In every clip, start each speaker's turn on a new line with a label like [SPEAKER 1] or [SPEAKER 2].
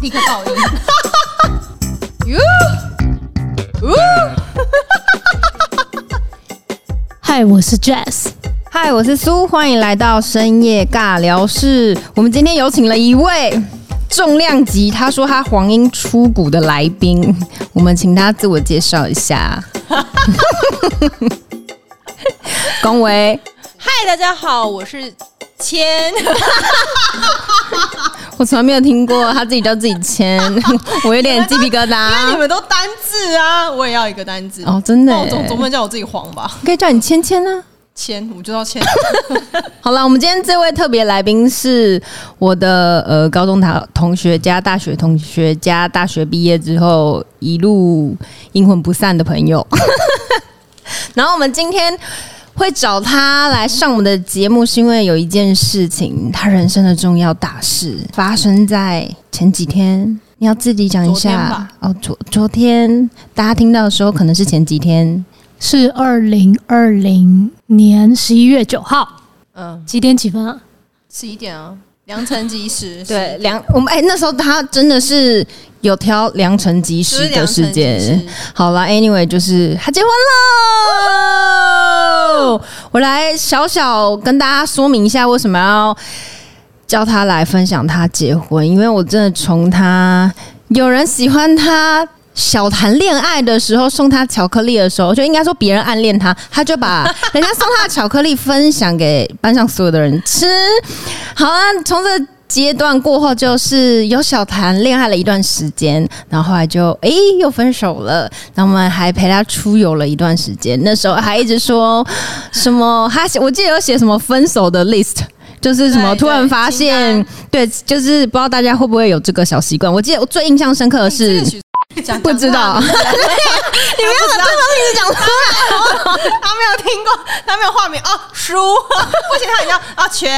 [SPEAKER 1] 立刻爆音。
[SPEAKER 2] 哟呜！
[SPEAKER 1] 嗨，我是 Jazz，
[SPEAKER 2] 嗨，我是苏，欢迎来到深夜尬聊室。我们今天有请了一位重量级，他说他黄莺出谷的来宾，我们请他自我介绍一下。 恭维，
[SPEAKER 3] 嗨，大家好，我是 千，
[SPEAKER 2] 我从来没有听过他自己叫自己签， 我有点鸡皮疙
[SPEAKER 3] 哎你
[SPEAKER 2] 瘩。
[SPEAKER 3] 们都单字啊，我也要一个单字。
[SPEAKER 2] 哦，真的
[SPEAKER 3] 那我
[SPEAKER 2] 耶，
[SPEAKER 3] 总总不能叫我自己黄吧？
[SPEAKER 2] 可以叫你芊芊啊呢。
[SPEAKER 3] 千，我就 叫千。
[SPEAKER 2] 好了，我们今天这位特别来宾是我的呃高中同同学加大学同学加大学毕业之后一路阴魂不散的朋友。 然后我们今天会找他来上我们的节目，是因为有一件事情，他人生的重要大事发生在前几天。你要自己讲一
[SPEAKER 3] 昨天
[SPEAKER 2] 下
[SPEAKER 3] 吧
[SPEAKER 2] 哦，昨昨天大家听到的时候，可能是前几天。
[SPEAKER 1] 是二零二零年十一月九号
[SPEAKER 3] 嗯，
[SPEAKER 1] 几点几分啊？
[SPEAKER 3] 十一点啊，良辰吉时。
[SPEAKER 2] 对，良我们哎、那时候他真的是有挑良辰吉
[SPEAKER 3] 十
[SPEAKER 2] 时的
[SPEAKER 3] 良辰
[SPEAKER 2] 时
[SPEAKER 3] 吉时
[SPEAKER 2] 间。好了，anyway，就是他结婚了。我来小小跟大家说明一下为什么要叫他来分享他结婚，因为我真的从他有人喜欢他。小谈恋爱的时候送他巧克力的时候，就应该说别人暗恋他，他就把人家送他的巧克力分享给班上所有的人吃。好啊，从这阶段过后，就是有小谈恋爱了一段时间，然后后来就诶又分手了。然后我们还陪他出游了一段时间，那时候还一直说什么，他写我记得有写什么分手的 list。就是什么？
[SPEAKER 3] 对
[SPEAKER 2] 突然
[SPEAKER 3] 对
[SPEAKER 2] 发
[SPEAKER 3] 清
[SPEAKER 2] 现
[SPEAKER 3] 单，
[SPEAKER 2] 对，就是不知道大家会不会有这个小习惯。我记得我最印象深刻的是，
[SPEAKER 3] 这个许 讲
[SPEAKER 2] 不知道，
[SPEAKER 3] 讲错了
[SPEAKER 2] 你们要把对方名字讲出来。
[SPEAKER 3] 他没有听过，他没有化名哦，叔， 不行，他也叫啊全，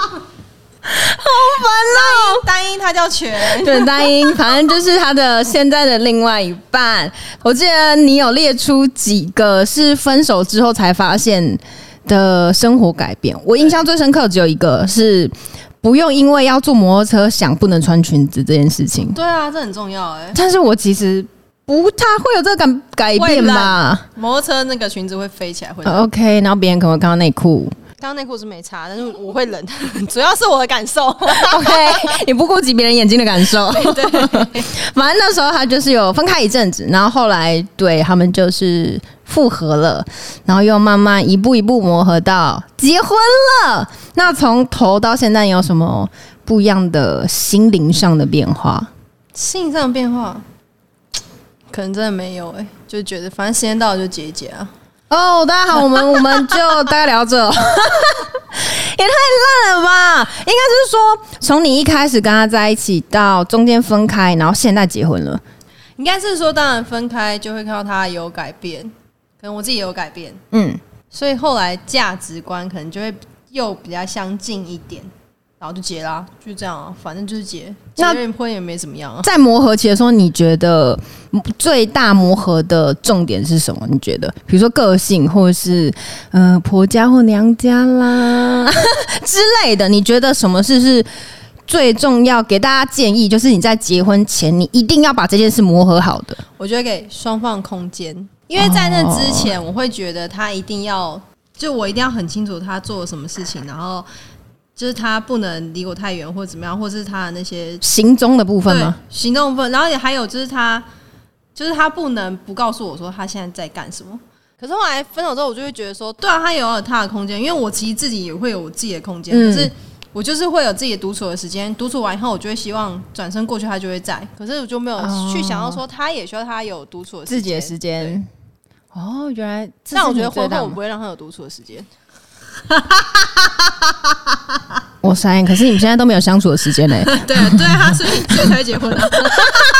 [SPEAKER 3] 好烦哦。单音他叫全，
[SPEAKER 2] 对，单音，反正就是他的现在的另外一半。我记得你有列出几个是分手之后才发现的生活改变，我印象最深刻只有一个是不用因为要坐摩托车想不能穿裙子这件事情，
[SPEAKER 3] 对啊，这很重要哎。
[SPEAKER 2] 但是我其实不太会有这个感改变吧。
[SPEAKER 3] 摩托车那个裙子会飞起来，会冷。
[SPEAKER 2] 呃 OK，然后别人可能会看到内裤。
[SPEAKER 3] 刚刚内裤是没擦，但是我会冷， 主要是我的感受。
[SPEAKER 2] OK，也不顾及别人眼睛的感受。
[SPEAKER 3] 对，
[SPEAKER 2] 反正那时候他就是有分开一阵子，然后后来对他们就是复合了，然后又慢慢一步一步磨合到结婚了。那从头到现在你有什么不一样的心灵上的变化？
[SPEAKER 3] 性上变化，可能真的没有哎、就觉得反正时间到了就结一结啊。
[SPEAKER 2] 哦，大家好，我们我们就大概聊 这，也太烂了吧？应该是说从你一开始跟他在一起到中间分开，然后现在结婚了。
[SPEAKER 3] 应该是说，当然分开就会看到他有改变，可能我自己也有改变，
[SPEAKER 2] 嗯，
[SPEAKER 3] 所以后来价值观可能就会又比较相近一点，然后就结啦，就这样啊，反正就是结，结
[SPEAKER 2] 那
[SPEAKER 3] 了婚也没怎么样啊。
[SPEAKER 2] 在磨合期的时候，你觉得最大磨合的重点是什么？你觉得，比如说个性，或者是呃婆家或娘家啦 之类的，你觉得什么事是最重要？给大家建议就是你在结婚前，你一定要把这件事磨合好的。
[SPEAKER 3] 我觉得给双方空间，因为在那之前，我会觉得他一定要，就我一定要很清楚他做了什么事情，然后就是他不能离我太远，或者怎么样，或是他的那些
[SPEAKER 2] 行踪的部分
[SPEAKER 3] 对
[SPEAKER 2] 吗？
[SPEAKER 3] 行动部分，然后也还有就是他，就是他不能不告诉我说他现在在干什么。可是后来分手之后，我就会觉得说，对啊，他也有他的空间，因为我其实自己也会有我自己的空间，
[SPEAKER 2] 嗯
[SPEAKER 3] 可是我就是会有自己独处的时间。独处完以后，我就会希望转身过去，他就会在。可是我就没有
[SPEAKER 2] 哦
[SPEAKER 3] 去想要说，他也需要他有独处的
[SPEAKER 2] 自己的时
[SPEAKER 3] 对
[SPEAKER 2] 间。哦，原来这
[SPEAKER 3] 但我
[SPEAKER 2] 是
[SPEAKER 3] 觉
[SPEAKER 2] 你
[SPEAKER 3] 得
[SPEAKER 2] 最
[SPEAKER 3] 婚
[SPEAKER 2] 大
[SPEAKER 3] 后
[SPEAKER 2] 的
[SPEAKER 3] 我
[SPEAKER 2] 吗
[SPEAKER 3] 不会让他有独处的时间，
[SPEAKER 2] 我傻眼，可是你们现在都没有相处的时间嘞，
[SPEAKER 3] 对啊对啊，所以所以才会结婚啊，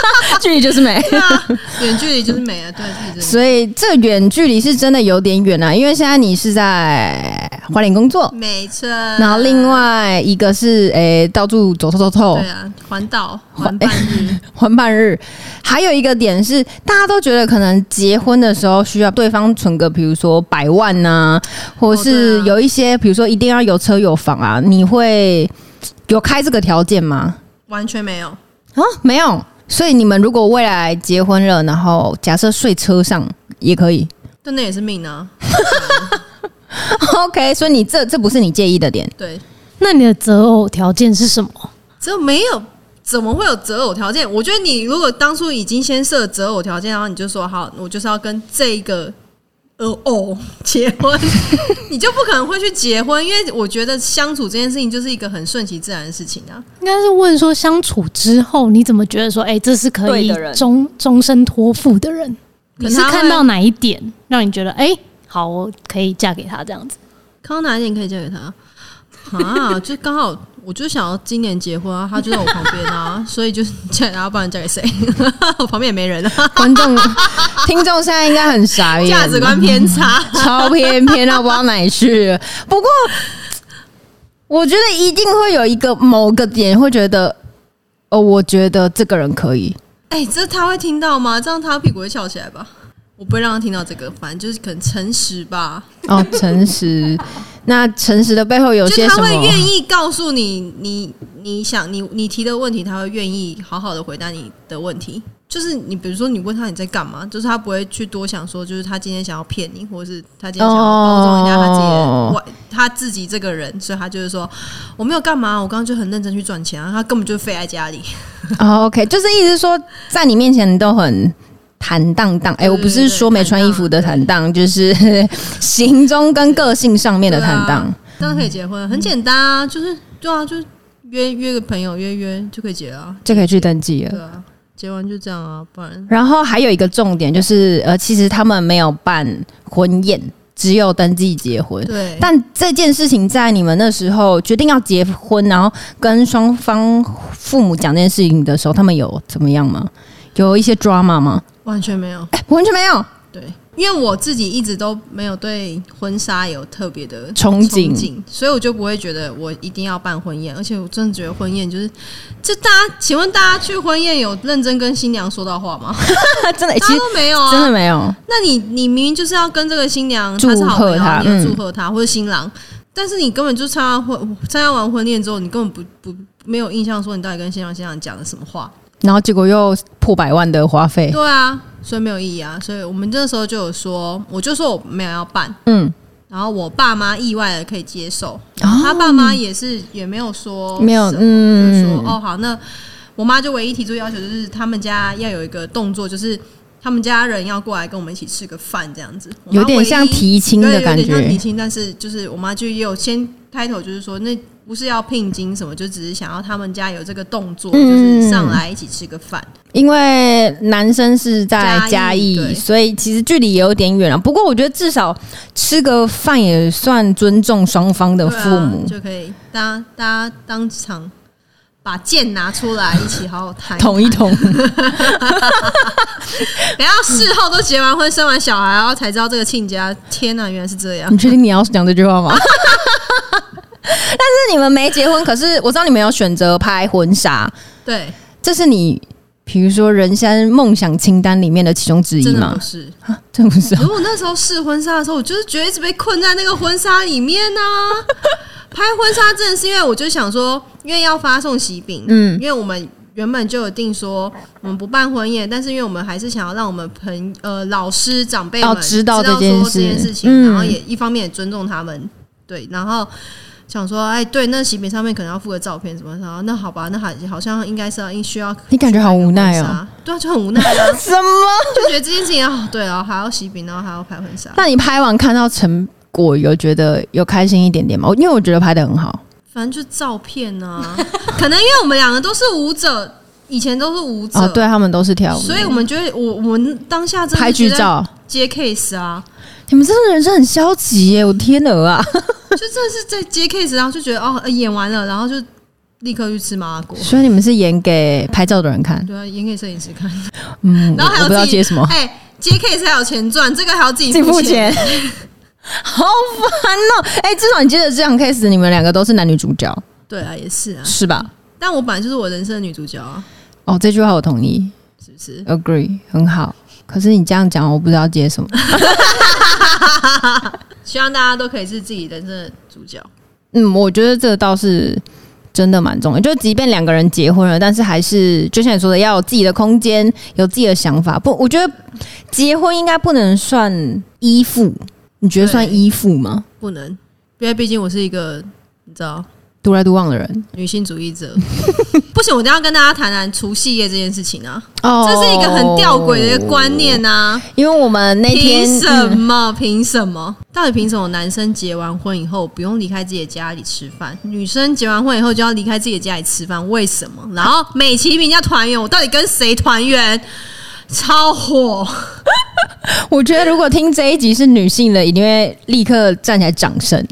[SPEAKER 2] 距离就是没。
[SPEAKER 3] 对啊，远距离就是美啊，对， 就是这样
[SPEAKER 2] 所以这远距离是真的有点远啊，因为现在你是在花莲工作，
[SPEAKER 3] 没错。
[SPEAKER 2] 然
[SPEAKER 3] 然
[SPEAKER 2] 后另外一个是诶、到处走透透透
[SPEAKER 3] 对啊，环岛环半日。
[SPEAKER 2] 环半日，还有一个点是大家都觉得可能结婚的时候需要对方存个比如说百万呐、或
[SPEAKER 3] 哦
[SPEAKER 2] 是
[SPEAKER 3] 对啊
[SPEAKER 2] 有一些比如说一定要有车有房啊，你会会有开这个条件吗？
[SPEAKER 3] 完全没有。
[SPEAKER 2] 啊，没有。所以你们如果未来结婚了，然后假设睡车上也可 以
[SPEAKER 3] 但那也是命啊，
[SPEAKER 2] ，OK。所以你这这不是你介意的点，
[SPEAKER 3] 对，
[SPEAKER 1] 那你的择偶条件是什么？
[SPEAKER 3] 这没有怎么会有择偶条件？我觉得你如果当初已经先设择偶条件，然后你就说好，我就是要跟这个呃偶 结婚，你就不可能会去结婚，因为我觉得相处这件事情就是一个很顺其自然的事情啊。
[SPEAKER 1] 应该是问说相处之后，你怎么觉得说，哎、这是可
[SPEAKER 2] 对
[SPEAKER 1] 以
[SPEAKER 2] 的人
[SPEAKER 1] 终终身托付的人？
[SPEAKER 3] 可
[SPEAKER 1] 你
[SPEAKER 3] 是
[SPEAKER 1] 是
[SPEAKER 3] 他会
[SPEAKER 1] 看到哪一点让你觉得，哎、好，我可以嫁给他这样子？
[SPEAKER 3] 看到哪一点可以嫁给他啊？就刚好，我就想要今年结婚啊，他就在我旁边啊，所以就是 嫁给他，不然嫁给谁？ 我旁边也没人啊，
[SPEAKER 2] 观 众听众现在应该很傻眼，
[SPEAKER 3] 价值观偏差。
[SPEAKER 2] 超偏偏到不知道哪里去了。不过，我觉得一定会有一个某个点会觉得，哦，我觉得这个人可以。
[SPEAKER 3] 哎、这他会听到吗？这样他屁股会翘起来吧？我不会让他听到这个，反正就是可能诚实吧，
[SPEAKER 2] 哦， 诚实。那诚实的背后有
[SPEAKER 3] 就
[SPEAKER 2] 些
[SPEAKER 3] 他
[SPEAKER 2] 什
[SPEAKER 3] 会愿
[SPEAKER 2] 么？
[SPEAKER 3] 意告诉你，你你想你你提的问题，他会愿意好好的回答你的问题。就是你比如说你问他你在干嘛，就是他不会去多想说，就是他今天想要骗你，或者是他今天想要包装人家他自己的
[SPEAKER 2] 哦
[SPEAKER 3] 外他自己这个人，所以他就是说我没有干嘛，我刚刚就很认真去赚钱啊，他根本就废在家里。
[SPEAKER 2] 哦，OK，就是意思是说，在你面前你都很。坦荡荡，哎、
[SPEAKER 3] 对
[SPEAKER 2] 我不是说没穿衣服的坦荡，就是 行踪跟个性上面的
[SPEAKER 3] 啊
[SPEAKER 2] 坦荡。
[SPEAKER 3] 当然可以结婚，很简单啊，就是对啊，就约约个朋友约约就可以结了啊，
[SPEAKER 2] 就可以去登记
[SPEAKER 3] 对
[SPEAKER 2] 了。
[SPEAKER 3] 啊，结完就这样啊，不然
[SPEAKER 2] 然后还有一个重点就是，呃，其实他们没有办婚宴，只有登记结婚。
[SPEAKER 3] 对，
[SPEAKER 2] 但这件事情在你们那时候决定要结婚，然后跟双方父母讲这件事情的时候，他们有怎么样吗？有一些 drama 吗？
[SPEAKER 3] 完全没有
[SPEAKER 2] 哎、完全没有。
[SPEAKER 3] 对，因为我自己一直都没有对婚纱有特别的
[SPEAKER 2] 憧憬
[SPEAKER 3] 所以我就不会觉得我一定要办婚宴，而且我真的觉得婚宴就是，这大家请问大家去婚宴有认真跟新娘说到话吗？
[SPEAKER 2] 真的、欸
[SPEAKER 3] 大
[SPEAKER 2] 其
[SPEAKER 3] 家
[SPEAKER 2] 实
[SPEAKER 3] 都没有啊，
[SPEAKER 2] 真的没有。
[SPEAKER 3] 那你你明明就是要跟这个新娘，
[SPEAKER 2] 祝
[SPEAKER 3] 她是好朋友，
[SPEAKER 2] 贺她
[SPEAKER 3] 你要
[SPEAKER 2] 嗯
[SPEAKER 3] 祝贺她、或者新郎，但是你根本就参加婚参加完婚宴之后，你根本不不没有印象说你到底跟新郎新娘讲了什么话。
[SPEAKER 2] 然后结果又破百万的花费。
[SPEAKER 3] 对啊，所以没有意义啊。所以我们那时候就有说，我就说我没有要办，
[SPEAKER 2] 嗯，
[SPEAKER 3] 然后我爸妈意外的可以接受，
[SPEAKER 2] 哦
[SPEAKER 3] 他爸妈也是也没有说
[SPEAKER 2] 没有
[SPEAKER 3] 什么
[SPEAKER 2] 嗯
[SPEAKER 3] 就是说哦好，那我妈就唯一提出要求就是他们家要有一个动作，就是他们家人要过来跟我们一起吃个饭这样子，我妈
[SPEAKER 2] 有点像
[SPEAKER 3] 唯一
[SPEAKER 2] 提亲的
[SPEAKER 3] 对
[SPEAKER 2] 感
[SPEAKER 3] 有点像提
[SPEAKER 2] 觉。
[SPEAKER 3] 亲，但是就是我妈就也有先开头就是说，那不是要聘金什么，就只是想要他们家有这个动作，
[SPEAKER 2] 嗯
[SPEAKER 3] 就是上来一起吃个饭。
[SPEAKER 2] 因为男生是在
[SPEAKER 3] 嘉
[SPEAKER 2] 嘉
[SPEAKER 3] 义
[SPEAKER 2] 义，
[SPEAKER 3] 对
[SPEAKER 2] 所以其实距离也有点远了、不过我觉得至少吃个饭也算尊重双方的
[SPEAKER 3] 对啊
[SPEAKER 2] 父母。
[SPEAKER 3] 就可以，大家大家当场把剑拿出来，一起好好谈
[SPEAKER 2] 捅啊一捅，
[SPEAKER 3] 不要事后都结完婚、生完小孩，然后才知道这个亲家。天哪、原来是这 样
[SPEAKER 2] 你。确定你要讲这句话 吗？但是你们没结婚，可是我知道你们有选择拍婚纱，
[SPEAKER 3] 对，
[SPEAKER 2] 这是你比如说人生梦想清单里面的其中之一
[SPEAKER 3] 真的
[SPEAKER 2] 吗
[SPEAKER 3] 不？是。
[SPEAKER 2] 这不是啊
[SPEAKER 3] 如果那时候试婚纱的时候，我就是觉得一直被困在那个婚纱里面呢、 拍婚纱真的是因为我就想说，因为要发送喜饼，嗯，因为我们原本就有定说我们不办婚宴，但是因为我们还是想要让我们朋呃老师长辈们
[SPEAKER 2] 要哦知道这
[SPEAKER 3] 说这
[SPEAKER 2] 件事
[SPEAKER 3] 件事情，
[SPEAKER 2] 嗯
[SPEAKER 3] 然后也一方面也尊重他们，对，然后。想说，哎，对，那喜饼上面可能要附个照片什么的，然后那好吧，那好，好像应该是要应需要
[SPEAKER 2] 你感觉好无
[SPEAKER 3] 婚
[SPEAKER 2] 奈哦、
[SPEAKER 3] 纱，对啊，就很无奈啊，
[SPEAKER 2] 什么？
[SPEAKER 3] 就觉得这件事情要对啊，还要喜饼，然后还要拍婚纱，
[SPEAKER 2] 那你拍完看到成果，有觉得有开心一点点吗？因为我觉得拍的很好。
[SPEAKER 3] 反正就照片啊，可能因为我们两个都是舞者，以前都是舞者，
[SPEAKER 2] 哦，对他们都是跳舞的，
[SPEAKER 3] 所以我们觉得我我们当下真的
[SPEAKER 2] 拍剧
[SPEAKER 3] 就在
[SPEAKER 2] 照。
[SPEAKER 3] 接 case 啊，
[SPEAKER 2] 你们真的人生很消极耶！我的天鹅啊，
[SPEAKER 3] 就真的是在接 case，然后就觉得哦、呃演完了，然后就立刻去吃麻辣 锅，
[SPEAKER 2] 所以你们是演给拍照的人看，
[SPEAKER 3] 对啊，演给摄影师看，
[SPEAKER 2] 嗯，
[SPEAKER 3] 然后还
[SPEAKER 2] 我
[SPEAKER 3] 有
[SPEAKER 2] 不知道
[SPEAKER 3] 自己
[SPEAKER 2] 接什么。
[SPEAKER 3] 哎、接 case 还有钱赚，这个还要自己
[SPEAKER 2] 自己付
[SPEAKER 3] 钱，
[SPEAKER 2] 钱， 好烦哦、哎、至少你记得这场 case，你们两个都是男女主角，
[SPEAKER 3] 对啊，也是啊，
[SPEAKER 2] 是吧？
[SPEAKER 3] 但我本来就是我人生的女主角啊，
[SPEAKER 2] 哦，这句话我同意
[SPEAKER 3] 是不是？
[SPEAKER 2] ，agree，很好。可是你这样讲，我不知道接什么。
[SPEAKER 3] 希望大家都可以是自己人生的主角。
[SPEAKER 2] 嗯，我觉得这倒是真的蛮重要。就即便两个人结婚了，但是还是就像你说的，要有自己的空间，有自己的想法。不，我觉得结婚应该不能算依附，你觉得算依附吗？
[SPEAKER 3] 不能，因为毕竟我是一个你知道
[SPEAKER 2] 独来独往的人，
[SPEAKER 3] 女性主义者， 不行，我一定要跟大家谈谈除夕夜这件事情啊，
[SPEAKER 2] 哦
[SPEAKER 3] 这是一个很吊诡的一个观。念啊。
[SPEAKER 2] 因为我们那天
[SPEAKER 3] 凭什
[SPEAKER 2] 嗯
[SPEAKER 3] 么？凭什么？到底凭什么男生结完婚以后不用离开自己的家里吃饭，女生结完婚以后就要离开自己的家里吃饭？为什么？然后美其名叫团圆，我到底跟谁团圆？超火！
[SPEAKER 2] 我觉得如果听这一集是女性的，一定会立刻站起来掌声。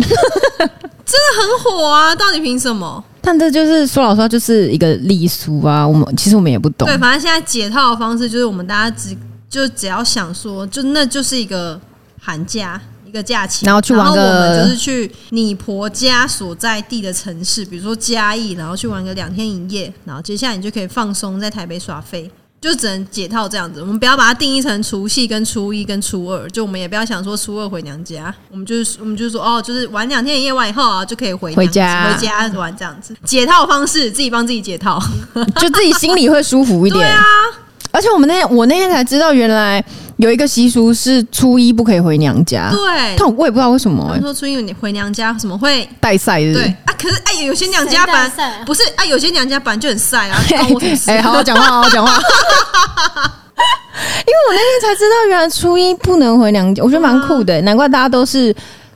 [SPEAKER 3] 很火啊！到底凭什么？
[SPEAKER 2] 但这就是说老实话，就是一个礼俗啊。我们其实我们也不懂
[SPEAKER 3] 对，，反正现在解套的方式就是我们大家只就只要想说，就那就是一个寒假。一个假期，
[SPEAKER 2] 然后去玩个
[SPEAKER 3] 然后我们就是去你婆家所在地的城市，比如说嘉义，然后去玩个两天一夜，然后接下来你就可以放松在台北耍废，就只能解套这样子。我们不要把它定义成除夕跟初一跟初二，就我们也不要想说初二回娘家，我们就是我们就是说哦，就是玩两天一夜完以后啊，就可以回娘
[SPEAKER 2] 回家
[SPEAKER 3] 回家玩这样子。解套方式自己帮自己解套，
[SPEAKER 2] 就自己心里会舒服一点。
[SPEAKER 3] 对啊，
[SPEAKER 2] 而且我们那天我那天才知道，原来有一个习俗是初一不可以回娘家。
[SPEAKER 3] 对。嗯
[SPEAKER 2] 但我也不知道为什么、欸
[SPEAKER 3] 他们，说初一你回娘家什么会？
[SPEAKER 2] 带赛日。
[SPEAKER 3] 对啊，可是哎、有些娘家
[SPEAKER 1] 谁带晒
[SPEAKER 3] 版
[SPEAKER 1] 啊
[SPEAKER 3] 不是啊，有些娘家版就很晒啊，关我什么事？
[SPEAKER 2] 哎、好好讲话，好好 讲话。因为我那天才知道，原来初一不能回娘家，我觉得蛮酷
[SPEAKER 3] 啊
[SPEAKER 2] 的、难怪大家都是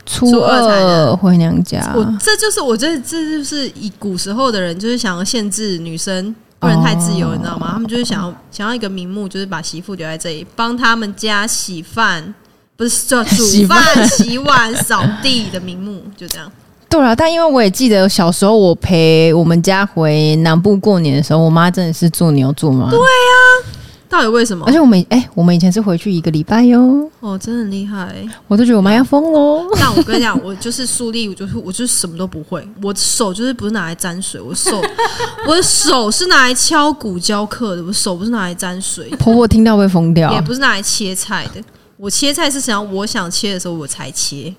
[SPEAKER 2] 初
[SPEAKER 3] 初二才
[SPEAKER 2] 二
[SPEAKER 3] 能
[SPEAKER 2] 回娘家。
[SPEAKER 3] 我这就是我觉得这就是以古时候的人就是想要限制女生不能太自由，
[SPEAKER 2] 哦
[SPEAKER 3] 你知道吗？他们就是想要想要一个名目，就是把媳妇留在这里，帮他们家洗饭，不是就
[SPEAKER 2] 洗
[SPEAKER 3] 煮
[SPEAKER 2] 饭
[SPEAKER 3] 饭、洗碗、扫地的名目，就这样。
[SPEAKER 2] 对了，但因为我也记得小时候我陪我们家回南部过年的时候，我妈真的是做牛做马。对，
[SPEAKER 3] 啊到底为什么
[SPEAKER 2] 而？且我们哎、我们以前是回去一个礼拜哟，
[SPEAKER 3] 哦，真的很厉害、
[SPEAKER 2] 我都觉得我妈要疯喽。
[SPEAKER 3] 但我跟你讲，我就是树立，我就是我就是什么都不会，我手就是不是拿来沾水，我手 我的手是拿来敲骨教课的，我手不是拿来沾水，
[SPEAKER 2] 婆婆听到会疯掉
[SPEAKER 3] 也。不是拿来切菜的。我切菜是想要我想切的时候我才切，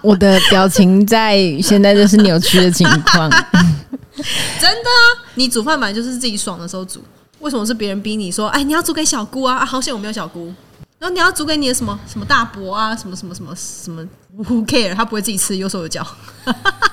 [SPEAKER 2] 我的表情在现在就是扭曲的情况。
[SPEAKER 3] 真的啊！你煮饭本来就是自己爽的时候煮，为什么是别人逼你说，哎，你要煮给小姑啊？啊，好险我没有小姑。然后你要煮给你的什么什么大伯啊，什么什么什么什么，Who care？他不会自己吃，有手有脚。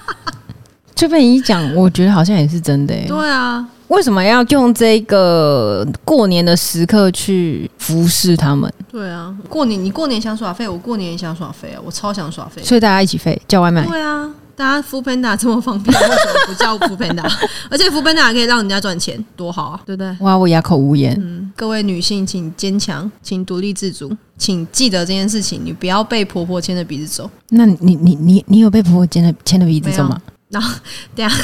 [SPEAKER 2] 这边一讲，我觉得好像也是真的、欸。
[SPEAKER 3] 对啊，
[SPEAKER 2] 为什么要用这个过年的时刻去服侍他们？
[SPEAKER 3] 对啊，过年你过年想耍废，我过年也想耍废啊，我超想耍废。
[SPEAKER 2] 所以大家一起飞叫外卖。
[SPEAKER 3] 对啊，大家 f o o Panda 这么方便，为什么不叫 f o o Panda？而 且 f o o Panda 还可以让人家赚钱，多好啊，对不对？
[SPEAKER 2] 哇，我哑口无言。
[SPEAKER 3] 嗯，各位女性，请坚强，请独立自主，请记得这件事情，你不要被婆婆牵着鼻子走。
[SPEAKER 2] 那你你你你你有被婆婆牵的牵的鼻子走吗？
[SPEAKER 3] 然后，等一下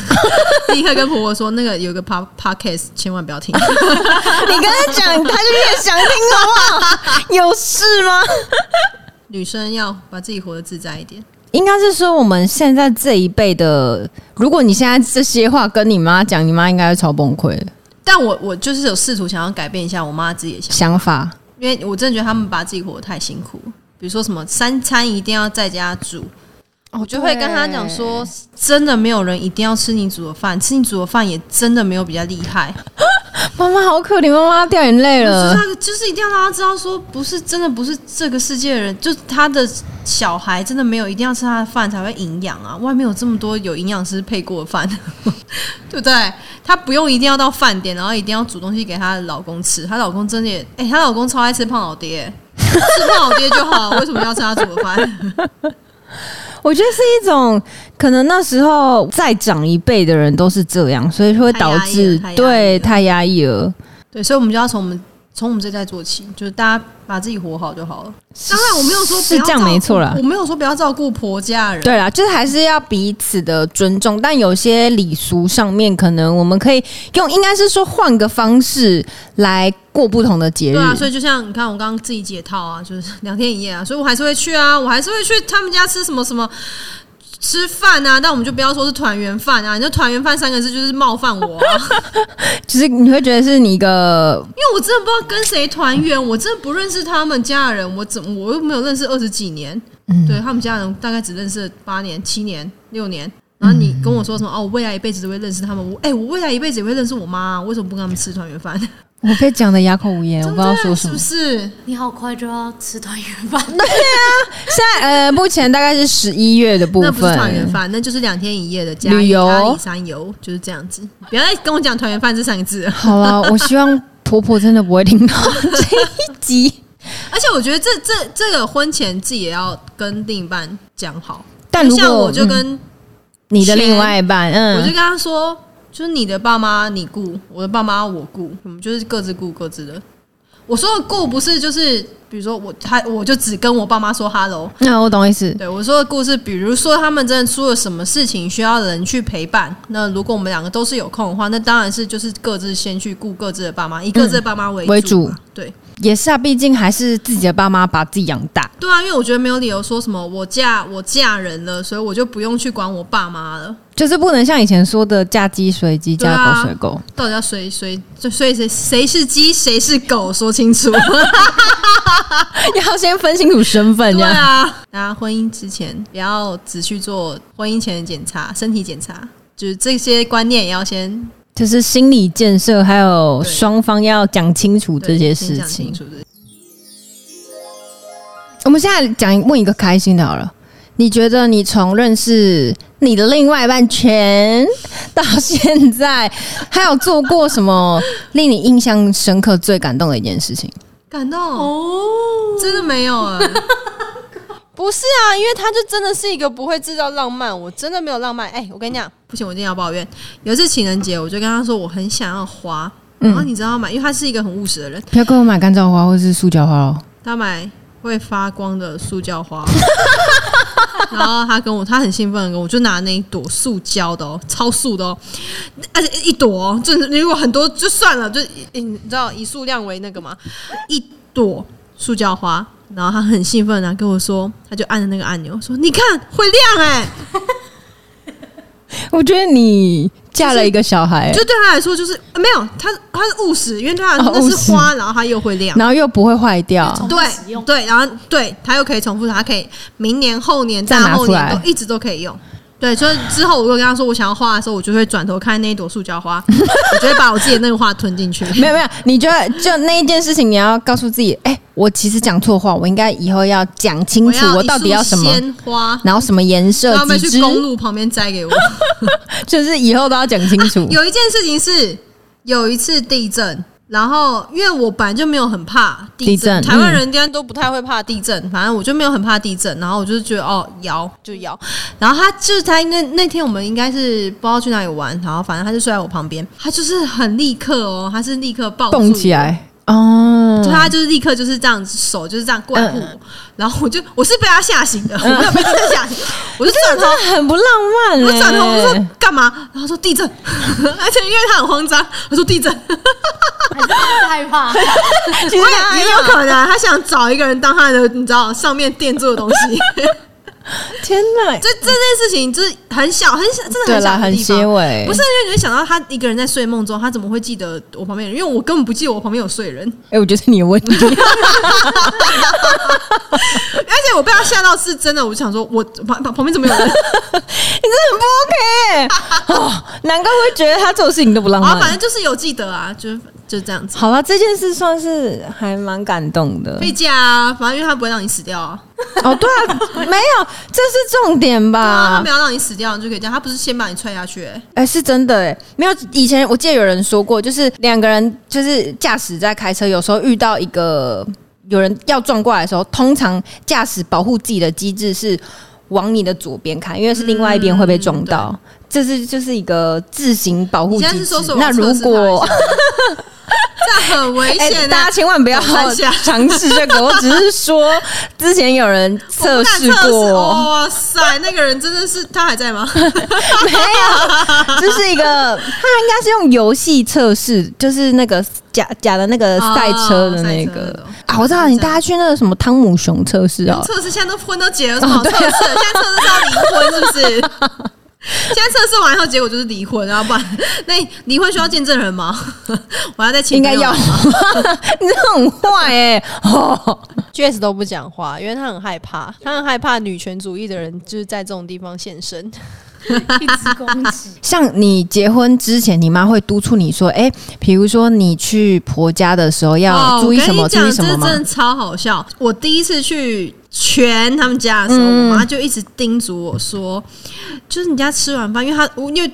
[SPEAKER 3] 立刻跟婆婆说，那个有个 po podcast 千万不要听。
[SPEAKER 2] 你跟他讲，他就越想听好不好？有事吗？
[SPEAKER 3] 女生要把自己活得自在一点。
[SPEAKER 2] 应该是说我们现在这一辈的，如果你现在这些话跟你妈讲，你妈应该会超崩溃的
[SPEAKER 3] 但我我就是有试图想要改变一下我妈自己的想法，
[SPEAKER 2] 想法。
[SPEAKER 3] 因为我真的觉得他们把自己活得太辛苦了。比如说什么三餐一定要在家煮，
[SPEAKER 2] 哦我
[SPEAKER 3] 我就会跟她讲说，真的没有人一定要吃你煮的饭，吃你煮的饭也真的没有比较厉害。：“
[SPEAKER 2] 妈妈好可怜，妈妈掉眼泪
[SPEAKER 3] 就是啊
[SPEAKER 2] 了。
[SPEAKER 3] 他，就是一定要让他知道，说不是真的，不是这个世界的人，就是他的小孩真的没有一定要吃他的饭才会营养啊。外面有这么多有营养师配过的饭， 对不对？她不用一定要到饭点，然后一定要煮东西给她的老公吃。她老公真的也，哎、她老公超爱吃胖老爹、 吃胖老爹就好，为什么要吃他煮的饭？”
[SPEAKER 2] 我觉得是一种可能，那时候再长一辈的人都是这样，所以会导致
[SPEAKER 3] 太压抑了太压抑了
[SPEAKER 2] 对太压抑了。
[SPEAKER 3] 对，所以我们就要从我们从我们这代做起，就是大家把自己活好就好了。当然，我没有说不
[SPEAKER 2] 是
[SPEAKER 3] 要
[SPEAKER 2] 这样
[SPEAKER 3] 照
[SPEAKER 2] 没错啦
[SPEAKER 3] 我没有说不要照顾婆家的人。
[SPEAKER 2] 对啦，啊就是还是要彼此的尊重，但有些礼俗上面，可能我们可以用，应该是说换个方式来过不同的节日。
[SPEAKER 3] 对啊，所以就像你看，我刚刚自己解套啊，就是两天一夜啊，所以我还是会去啊，我还是会去他们家吃什么什么。吃饭啊，但我们就不要说是团圆饭啊，你就团圆饭三个字就是冒犯我、啊，
[SPEAKER 2] 就是你会觉得是你一个
[SPEAKER 3] 因为我真的不知道跟谁团圆，我真的不认识他们家的人，我怎我又没有认识二十几年，
[SPEAKER 2] 嗯
[SPEAKER 3] 对他们家人大概只认识八年、七年、六年。然后你跟我说什么？哦，我未来一辈子都会认识他们。我哎、我未来一辈子也会认识我妈、啊，为什么不跟他们吃团圆饭？啊
[SPEAKER 2] 我被讲的哑口无言，我不知道说什
[SPEAKER 3] 是
[SPEAKER 2] 么
[SPEAKER 3] 不。是？
[SPEAKER 1] 你好快就要吃团圆饭，
[SPEAKER 2] 现在呃，目前大概是十一月的部
[SPEAKER 3] 那不是团圆
[SPEAKER 2] 分，
[SPEAKER 3] 饭，那就是两天一夜的家
[SPEAKER 2] 旅游
[SPEAKER 3] 家里山游，就是这样子。不要再跟我讲团圆饭这三个字了。
[SPEAKER 2] 好了，我希望婆婆真的不会听到这一集。
[SPEAKER 3] 而且我觉得这这这个婚前自己也要跟另一半讲好。
[SPEAKER 2] 但如
[SPEAKER 3] 像
[SPEAKER 2] 果
[SPEAKER 3] 我就
[SPEAKER 2] 嗯
[SPEAKER 3] 跟、
[SPEAKER 2] 你的另外一半，
[SPEAKER 3] 我
[SPEAKER 2] 嗯
[SPEAKER 3] 就跟，他说，就是你的爸妈你顾，我的爸妈我顾，我们就是各自顾各自的。我说的顾不是就是，比如说我他我就只跟我爸妈说 hello，
[SPEAKER 2] 那我懂意思。
[SPEAKER 3] 对，我说的故事，比如说他们真的出了什么事情需要人去陪伴，那如果我们两个都是有空的话，那当然是就是各自先去顾各自的爸妈，以各自的爸妈为
[SPEAKER 2] 嗯为
[SPEAKER 3] 主
[SPEAKER 2] 主
[SPEAKER 3] 嘛。对
[SPEAKER 2] 也是啊，毕竟还是自己的爸妈把自己养大。
[SPEAKER 3] 对啊，因为我觉得没有理由说什么我嫁我嫁人了，所以我就不用去管我爸妈了。
[SPEAKER 2] 就是不能像以前说的嫁鸡随鸡，
[SPEAKER 3] 对
[SPEAKER 2] 嫁
[SPEAKER 3] 啊
[SPEAKER 2] 狗随狗。
[SPEAKER 3] 到底要谁谁就所以谁谁是鸡谁是狗，说 清楚。
[SPEAKER 2] 要先分清楚身份，这
[SPEAKER 3] 啊对
[SPEAKER 2] 样、
[SPEAKER 3] 啊，那婚姻之前不要只去做婚姻前的检查、身体检查，就是这些观念也要先
[SPEAKER 2] 就是心理建设，还有
[SPEAKER 3] 对
[SPEAKER 2] 双方要讲清楚
[SPEAKER 3] 对
[SPEAKER 2] 这些
[SPEAKER 3] 先
[SPEAKER 2] 事
[SPEAKER 3] 讲
[SPEAKER 2] 情
[SPEAKER 3] 清。楚这些
[SPEAKER 2] 我们现在讲问一个开心的好了，你觉得你从认识你的另外一半前到现在，还有做过什么令你印象深刻、最感动的一件事情？
[SPEAKER 3] 感动哦，真的没有啊，
[SPEAKER 4] 不是啊，因为他就真的是一个不会制造浪漫，我真的没有浪漫。哎、我跟你讲，
[SPEAKER 3] 不行，我一定要抱怨。有一次情人节，我就跟他说我很想要花，
[SPEAKER 2] 嗯
[SPEAKER 3] 然后你知道吗？因为他是一个很务实的人，
[SPEAKER 2] 不要给我买干燥花或是塑胶花哦。
[SPEAKER 3] 他买会发光的塑胶花。 然后他跟我，他很兴奋的跟我，就拿那一朵塑胶的哦，超塑的哦，而且一朵哦，就是如果很多就算了，就一你知道以数量为那个嘛，一朵塑胶花。然后他很兴奋啊，跟我说，他就按了那个按钮，说你看会亮哎、
[SPEAKER 2] 我觉得你嫁了一个小 孩，
[SPEAKER 3] 就对他来说就是没有，他他是务实，因为对他来说
[SPEAKER 2] 哦
[SPEAKER 3] 那是
[SPEAKER 2] 务
[SPEAKER 3] 花，然后他又会亮。
[SPEAKER 2] 然后又不会坏掉。
[SPEAKER 1] 重复使
[SPEAKER 3] 对
[SPEAKER 1] 用
[SPEAKER 3] 对，然后对他又可以重复，他可以明年、后年、
[SPEAKER 2] 再
[SPEAKER 3] 大
[SPEAKER 2] 拿
[SPEAKER 3] 后
[SPEAKER 2] 出来
[SPEAKER 3] 年都一直都可以用。对，所以之后我如果跟他说我想要画的时候，我就会转头看那一朵塑胶花，我就会把我自己的那个花吞进去。
[SPEAKER 2] 没有没有，你觉得就那一件事情，你要告诉自己，哎、我其实讲错话，我应该以后要讲清楚，我
[SPEAKER 3] 我
[SPEAKER 2] 到底
[SPEAKER 3] 要
[SPEAKER 2] 要
[SPEAKER 3] 一束
[SPEAKER 2] 什么，
[SPEAKER 3] 鲜花，
[SPEAKER 2] 然后什么颜色
[SPEAKER 3] 然后他、们
[SPEAKER 2] 几
[SPEAKER 3] 去
[SPEAKER 2] 支，
[SPEAKER 3] 公路旁边摘给我。
[SPEAKER 2] 就是以后都要讲清楚。
[SPEAKER 3] 有一件事情是，有一次地震，然后因为我本来就没有很怕地
[SPEAKER 2] 地震
[SPEAKER 3] 台湾
[SPEAKER 2] 嗯
[SPEAKER 3] 人家都不太会怕地震，反正我就没有很怕地震，然后我就觉得哦摇就摇，然后他就是他那那天我们应该是不知道去哪里玩，然后反正他就睡在我旁边，他就是很立刻哦，他是立刻抱住
[SPEAKER 2] 蹦起。来哦
[SPEAKER 3] 就，他就是立刻就是这样子手就是这样过来护我，
[SPEAKER 2] 嗯
[SPEAKER 3] 然后我就我是被他吓醒的，我没有被他吓醒，我就转头
[SPEAKER 2] 真的很不浪漫、欸。
[SPEAKER 3] 我转头我就说干嘛？然后他说地震， 而且因为他很慌张，我说地震，
[SPEAKER 1] 还是害怕？
[SPEAKER 2] 其实他
[SPEAKER 3] 也有可
[SPEAKER 2] 哎
[SPEAKER 3] 能啊他想找一个人当他的，你知道上面垫住的东西。
[SPEAKER 2] 天哪，
[SPEAKER 3] 这这件事情就是很小，很小，真的
[SPEAKER 2] 对
[SPEAKER 3] 很小
[SPEAKER 2] 啦，
[SPEAKER 3] 的
[SPEAKER 2] 很
[SPEAKER 3] 地
[SPEAKER 2] 结
[SPEAKER 3] 方。
[SPEAKER 2] 尾，
[SPEAKER 3] 不是因为你会想到他一个人在睡梦中，他怎么会记得我旁边的人？因为我根本不记得我旁边有睡人，
[SPEAKER 2] 哎、我觉得是你的问题。
[SPEAKER 3] 而且我被他吓到是真的，我就想说我旁旁边怎么有人？
[SPEAKER 2] 你真的很不 OK，、哦、难怪会觉得他做事情都不浪
[SPEAKER 3] 然后哦反
[SPEAKER 2] 漫
[SPEAKER 3] 正。就是有记得啊，就就这样子。
[SPEAKER 2] 好了，这件事算是还蛮感动的
[SPEAKER 3] 可。以嫁啊，反正因为他不会让你死掉啊，
[SPEAKER 2] 哦，对啊，没有，这是重点
[SPEAKER 3] 啊，他
[SPEAKER 2] 吧
[SPEAKER 3] 没？有让你死掉，你就可以嫁。他不是先把你踹下去、欸
[SPEAKER 2] 哎、是真的哎、没有。以前我记得有人说过，就是两个人就是驾驶在开车，有时候遇到一个有人要撞过来的时候，通常驾驶保护自己的机制是往你的左边开，因为是另外一边会被撞到。这是就是一个自行保护
[SPEAKER 3] 嗯你
[SPEAKER 2] 机
[SPEAKER 3] 现
[SPEAKER 2] 制。
[SPEAKER 3] 在是说什么？
[SPEAKER 2] 那如果
[SPEAKER 3] 测试他一下这很危
[SPEAKER 2] 哎、
[SPEAKER 3] 险的、欸
[SPEAKER 2] 大家千万不要
[SPEAKER 3] 我看一下
[SPEAKER 2] 尝试这个。我只是说，之前有人测试
[SPEAKER 3] 我不敢
[SPEAKER 4] 哦
[SPEAKER 3] 测试哦
[SPEAKER 2] 过，
[SPEAKER 3] 哇塞，那个人真的是他还在吗？
[SPEAKER 2] 没有，就是一个，它应该是用游戏测试，就是那个假假的那个赛车的那
[SPEAKER 3] 哦赛车
[SPEAKER 2] 个
[SPEAKER 3] 的
[SPEAKER 2] 啊，我知道你大家去那个什么汤姆熊测试啊，
[SPEAKER 3] 测试现在都婚都结
[SPEAKER 4] 哦
[SPEAKER 3] 了，有什么好测
[SPEAKER 4] 啊
[SPEAKER 3] 试的？现在测试是要离婚是不是？现在测试完以后，结果就是离婚，然后不然 那离婚需要见证人吗？ 我要再请
[SPEAKER 2] 应该
[SPEAKER 3] 朋友
[SPEAKER 2] 要，
[SPEAKER 3] 来
[SPEAKER 2] 你这很坏哎、哦，
[SPEAKER 4] Jess 都不讲话，因为他很害怕，他很害怕女权主义的人就是在这种地方现身。
[SPEAKER 1] 一直攻 击。
[SPEAKER 2] 像你结婚之前，你妈会督促你说，哎、比如说你去婆家的时候要
[SPEAKER 3] 哦
[SPEAKER 2] 注意什么，
[SPEAKER 3] 我跟
[SPEAKER 2] 注
[SPEAKER 3] 你
[SPEAKER 2] 意
[SPEAKER 3] 讲，
[SPEAKER 2] 什么
[SPEAKER 3] 这
[SPEAKER 2] 吗
[SPEAKER 3] 真？的超好笑。我第一次去全他们家的时候，
[SPEAKER 2] 嗯
[SPEAKER 3] 我妈就一直叮嘱我说，就是你家吃完饭，因为她因为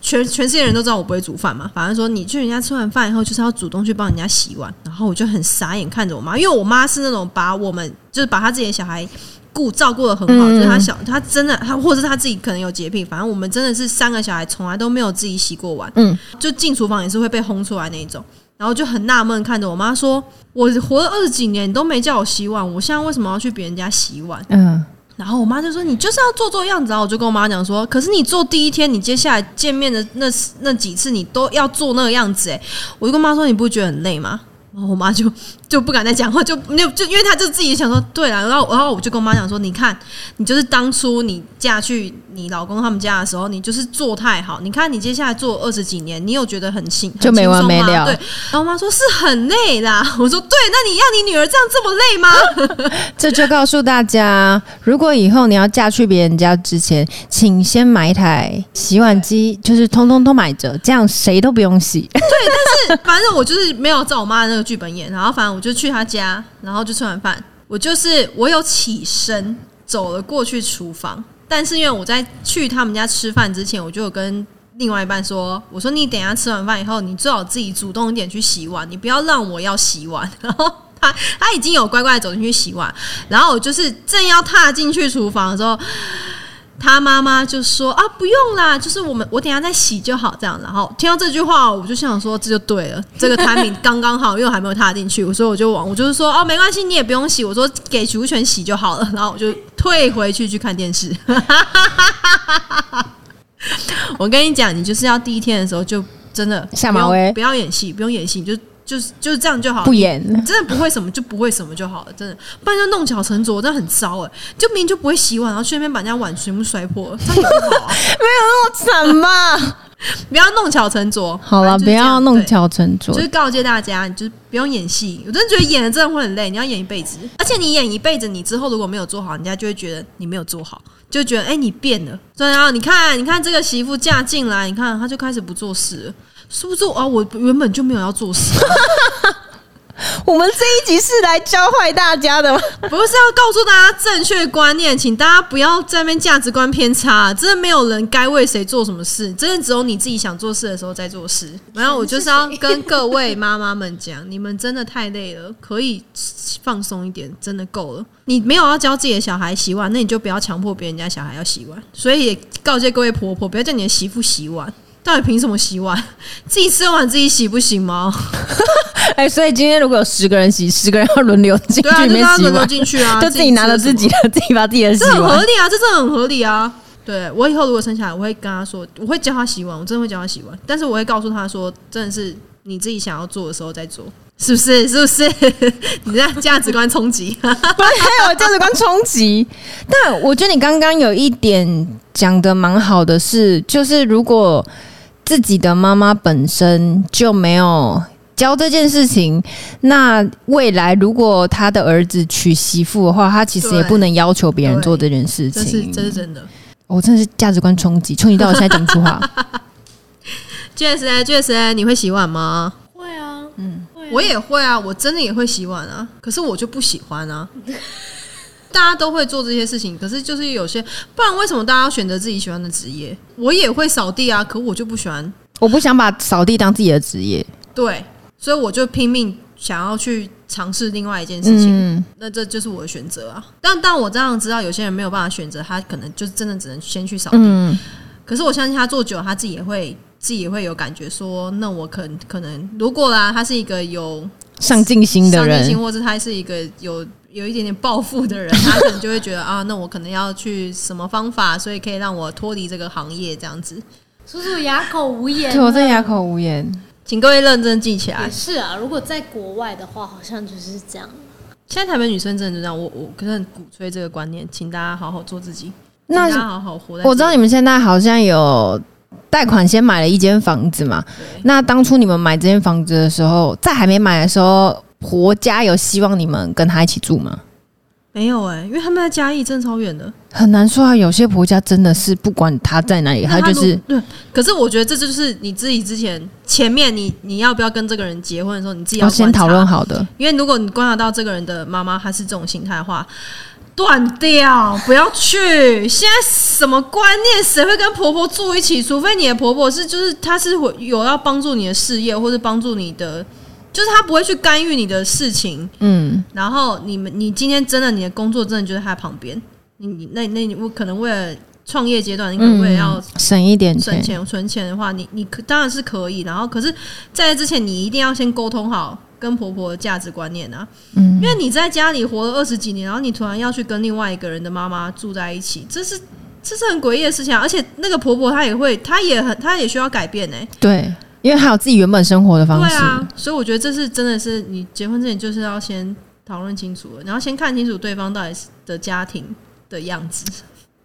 [SPEAKER 3] 全全世界人都知道我不会煮饭嘛，反正说你去人家吃完饭以后，就是要主动去帮人家洗碗。然后我就很傻眼看着我妈，因为我妈是那种把我们就是把她自己的小孩。顾照顾的很好，就是她
[SPEAKER 2] 嗯
[SPEAKER 3] 小，她真的，她或者是她自己可能有洁癖，反正我们真的是三个小孩从来都没有自己洗过碗，
[SPEAKER 2] 嗯，
[SPEAKER 3] 就进厨房也是会被轰出来那一种。然后就很纳闷看着我妈说：“我活了二十几年，你都没叫我洗碗，我现在为什么要去别人家洗碗
[SPEAKER 2] 嗯，？”
[SPEAKER 3] 然后我妈就说：“你就是要做做样子啊！”我就跟我妈讲说：“可是你做第一天，你接下来见面的那那几次，你都要做那个样子。”哎，我就跟我妈说：“你不觉得很累吗？”然后我妈就就不敢再讲话，就没有就因为她就自己想说对了，然后然后我就跟我妈讲说，你看你就是当初你嫁去你老公他们家的时候，你就是做太好，你看你接下来做二十几年，你有觉得很幸很
[SPEAKER 2] 就没完没了
[SPEAKER 3] 轻松吗对，然后我妈说是很累啦，我说对，那你让你女儿这样这么累吗？
[SPEAKER 2] 这就告诉大家，如果以后你要嫁去别人家之前，请先买一台洗碗机，就是通通都买着，这样谁都不用洗。
[SPEAKER 3] 反正我就是没有照我妈的那个剧本演，然后反正我就去她家，然后就吃完饭，我就是我有起身走了过去厨房，但是因为我在去他们家吃饭之前，我就有跟。另外一半说：“我说你等一下吃完饭以后，你最好自己主动一点去洗碗，你不要让我要洗碗。” 然后他他已经有乖乖地走进去洗碗，然后我就是正要踏进去厨房的时候，他妈妈就说啊，不用啦，就是我们我等一下再洗就好这样。然后听到这句话，我就想说这就对了，这个产品刚刚好，因为我还没有踏进去，所以我就往我就是说哦，没关系，你也不用洗，我说给主权洗就好了。然后我就退回去去看电视。 我跟你讲，你就是要第一天的时候就真的
[SPEAKER 2] 下马威
[SPEAKER 3] 不要不要演戏，不用演戏，你就就是就是这样就好，
[SPEAKER 2] 不演，
[SPEAKER 3] 真的不会什么就不会什么就好了，真的，不然就弄巧成拙，真的很糟哎、就明明就不会洗碗，然后去那边把人家碗全部摔破，这样也不好啊！
[SPEAKER 2] 惨吧？
[SPEAKER 3] 不要弄巧成 拙，
[SPEAKER 2] 好了，
[SPEAKER 3] 反正
[SPEAKER 2] 不
[SPEAKER 3] 就是这样
[SPEAKER 2] 要弄。
[SPEAKER 3] 对
[SPEAKER 2] 巧成拙
[SPEAKER 3] 就。是告诫大家，你就是不用演戏。我真的觉得演的真的会很累，你要演一辈子。而且你演一辈子，你之后如果没有做好，人家就会觉得你没有做好，就觉得哎、你变了。对啊，你看，你看这个媳妇嫁进来，你看她就开始不做事了，是不是？哦，我原本就没有要做事啊，
[SPEAKER 2] 我们这一集是来教坏大家的吗？
[SPEAKER 3] 不是要告诉大家正确观念，请大家不要在那边价值观偏差，真的没有人该为谁做什么事，真的只有你自己想做事的时候在做事。然后我就是要跟各位妈妈们讲，你们真的太累了，可以放松一点，真的够了。你没有要教自己的小孩洗碗，那你就不要强迫别人家小孩要洗碗。所以也告诫各位婆婆，不要叫你的媳妇洗碗。到底凭什么洗碗？自己吃完自己洗不行 吗？
[SPEAKER 2] 哎、所以今天如果有十个人洗，十个人要轮流进去
[SPEAKER 3] 对啊，
[SPEAKER 2] 里
[SPEAKER 3] 就
[SPEAKER 2] 面
[SPEAKER 3] 大家
[SPEAKER 2] 洗
[SPEAKER 3] 轮流
[SPEAKER 2] 碗，
[SPEAKER 3] 进去啊，
[SPEAKER 2] 就自己拿着
[SPEAKER 3] 吃
[SPEAKER 2] 自
[SPEAKER 3] 什么
[SPEAKER 2] 己的，自己把自己的洗
[SPEAKER 3] 这很合
[SPEAKER 2] 完。
[SPEAKER 3] 理啊，这真的很合理啊。对我以后如果生下来，我会跟他说，我会教他洗碗，我真的会教他洗碗，但是我会告诉他说，真的是你自己想要做的时候再做，是不是？ 是不是？你这样价值观冲击，
[SPEAKER 2] 不是还有价值观冲击。但我觉得你刚刚有一点讲的蛮好的是，就是如果自己的妈妈本身就没有。教这件事情，那未来如果他的儿子娶媳妇的话，他其实也
[SPEAKER 3] 对
[SPEAKER 2] 不能要求别人
[SPEAKER 3] 对
[SPEAKER 2] 做这件事
[SPEAKER 3] 这 是
[SPEAKER 2] 情。
[SPEAKER 3] 这是真的。
[SPEAKER 2] 我、真的是价值观冲击，冲击到我现在讲不出 话。
[SPEAKER 3] 确实，确实，你会洗碗吗？
[SPEAKER 4] 会啊，
[SPEAKER 3] 我也会啊，我真的也会洗碗 啊，可是我就不喜欢啊。大家都会做这些事情，可是就是有些，不然为什么大家要选择自己喜欢的职业？我也会扫地啊，可我就不喜欢
[SPEAKER 2] 我不想把扫地当自己的职业。
[SPEAKER 3] 对，所以我就拼命想要去尝试另外一件事情。
[SPEAKER 2] 嗯，
[SPEAKER 3] 那这就是我的选择啊！但但我当然知道有些人没有办法选择，他可能就真的只能先去扫地。
[SPEAKER 2] 嗯
[SPEAKER 3] 可是我相信他做久了，他自己也会自己会有感觉说，那我可可能如果啦，他是一个有
[SPEAKER 2] 上进心的
[SPEAKER 3] 上进心，
[SPEAKER 2] 人，
[SPEAKER 3] 或者他是一个有有一点点抱负的人，他可能就会觉得 啊，那我可能要去什么方法，所以可以让我脱离这个行业这样子。
[SPEAKER 1] 叔叔哑口无言啊
[SPEAKER 2] 对我真的哑口无言。
[SPEAKER 3] 请各位认真记起来
[SPEAKER 1] 也。是啊，如果在国外的话，好像就是这样。
[SPEAKER 3] 现在台北女生真的就这样，我我可是很鼓吹这个观念，请大家好好做自己，
[SPEAKER 2] 那
[SPEAKER 3] 请大家好好活在。
[SPEAKER 2] 我知道你们现在好像有贷款先买了一间房子嘛，那当初你们买这间房子的时候，在还没买的时候，婆家有希望你们跟他一起住吗？
[SPEAKER 3] 没有哎、因为他们在嘉义，真的超远的。
[SPEAKER 2] 很难说啊，有些婆家真的是不管他在哪里，
[SPEAKER 3] 那
[SPEAKER 2] 他
[SPEAKER 3] 他
[SPEAKER 2] 就
[SPEAKER 3] 如
[SPEAKER 2] 是
[SPEAKER 3] 对，可是我觉得这就是你自己之前前面你你要不要跟这个人结婚的时候，你自己
[SPEAKER 2] 要
[SPEAKER 3] 要
[SPEAKER 2] 先
[SPEAKER 3] 观察
[SPEAKER 2] 讨论，好的。
[SPEAKER 3] 因为如果你观察到这个人的妈妈她是这种心态的话，断掉，不要去。现在什么观念，谁会跟婆婆住一起？除非你的婆婆是就是她是会有要帮助你的事业，或是帮助你的，就是她不会去干预你的事情。
[SPEAKER 2] 嗯，
[SPEAKER 3] 然后你们，你今天真的你的工作真的就在他旁边，你你那那你我可能为了创业阶段，你可能为了要
[SPEAKER 2] 嗯省一点
[SPEAKER 3] 省
[SPEAKER 2] 钱，
[SPEAKER 3] 钱存钱的话，你你可当然是可以。然后可是在这之前，你一定要先沟通好跟婆婆的价值观念啊，
[SPEAKER 2] 嗯
[SPEAKER 3] 因为你在家里活了二十几年，然后你突然要去跟另外一个人的妈妈住在一起，这是。这是很诡异的事情、啊，而且那个婆婆她也会，她也很，她也需要改变哎、
[SPEAKER 2] 对，因为还有自己原本生活的方
[SPEAKER 3] 对
[SPEAKER 2] 式。
[SPEAKER 3] 啊，所以我觉得这是真的是你结婚之前就是要先讨论清楚了，然后先看清楚对方到底是的家庭的样子，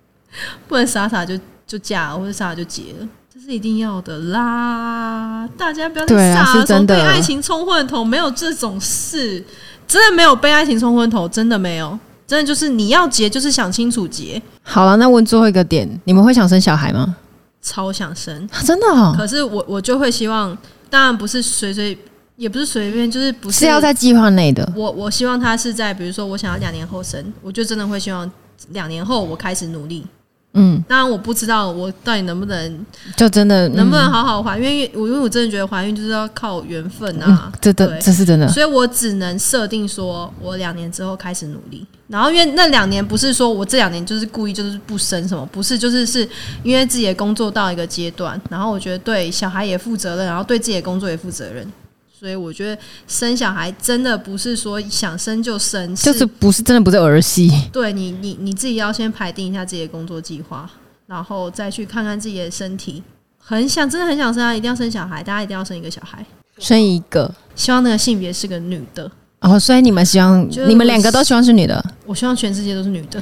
[SPEAKER 3] 不能傻傻就就嫁了或者傻傻就结了。这是一定要的啦！大家不要
[SPEAKER 2] 对
[SPEAKER 3] 再
[SPEAKER 2] 啊
[SPEAKER 3] 傻了，
[SPEAKER 2] 是真的
[SPEAKER 3] 被爱情冲昏头，没有这种事，真的没有被爱情冲昏头，真的没有，真的就是你要结就是想清楚结，
[SPEAKER 2] 好了，那问最后一个点，你们会想生小孩吗？
[SPEAKER 3] 超想生，
[SPEAKER 2] 啊真的、哦，
[SPEAKER 3] 可是我我就会希望，当然不是随随，也不是随便，就是不
[SPEAKER 2] 是要在计划内的。
[SPEAKER 3] 我我希望他是在，比如说我想要两年后生，我就真的会希望两年后我开始努力。
[SPEAKER 2] 嗯，
[SPEAKER 3] 当然我不知道我到底能不能
[SPEAKER 2] 就真的
[SPEAKER 3] 能不能
[SPEAKER 2] 嗯
[SPEAKER 3] 好好怀孕，因为我因为我真的觉得怀孕就是要靠缘分
[SPEAKER 2] 嗯，，
[SPEAKER 3] 啊
[SPEAKER 2] 这的
[SPEAKER 3] 对
[SPEAKER 2] 这是真的。
[SPEAKER 3] 所以我只能设定说我两年之后开始努力。然后因为那两年不是说我这两年就是故意就是不生什么，不是就是是因为自己的工作到一个阶段，然后我觉得对小孩也负责任，然后对自己的工作也负责任。所以我觉得生小孩真的不是说想生就生，
[SPEAKER 2] 就是不是真的不是儿戏，
[SPEAKER 3] 对你，你你自己要先排定一下自己的工作计划，然后再去看看自己的身体。很想，真的很想生啊！一定要生小孩，大家一定要生一个小孩。
[SPEAKER 2] 生一个。
[SPEAKER 3] 希望那个性别是个女的，
[SPEAKER 2] 哦，所以你们希望
[SPEAKER 3] 就是
[SPEAKER 2] 你们两个都希望是女 的，
[SPEAKER 3] 我希望全世界都是女的。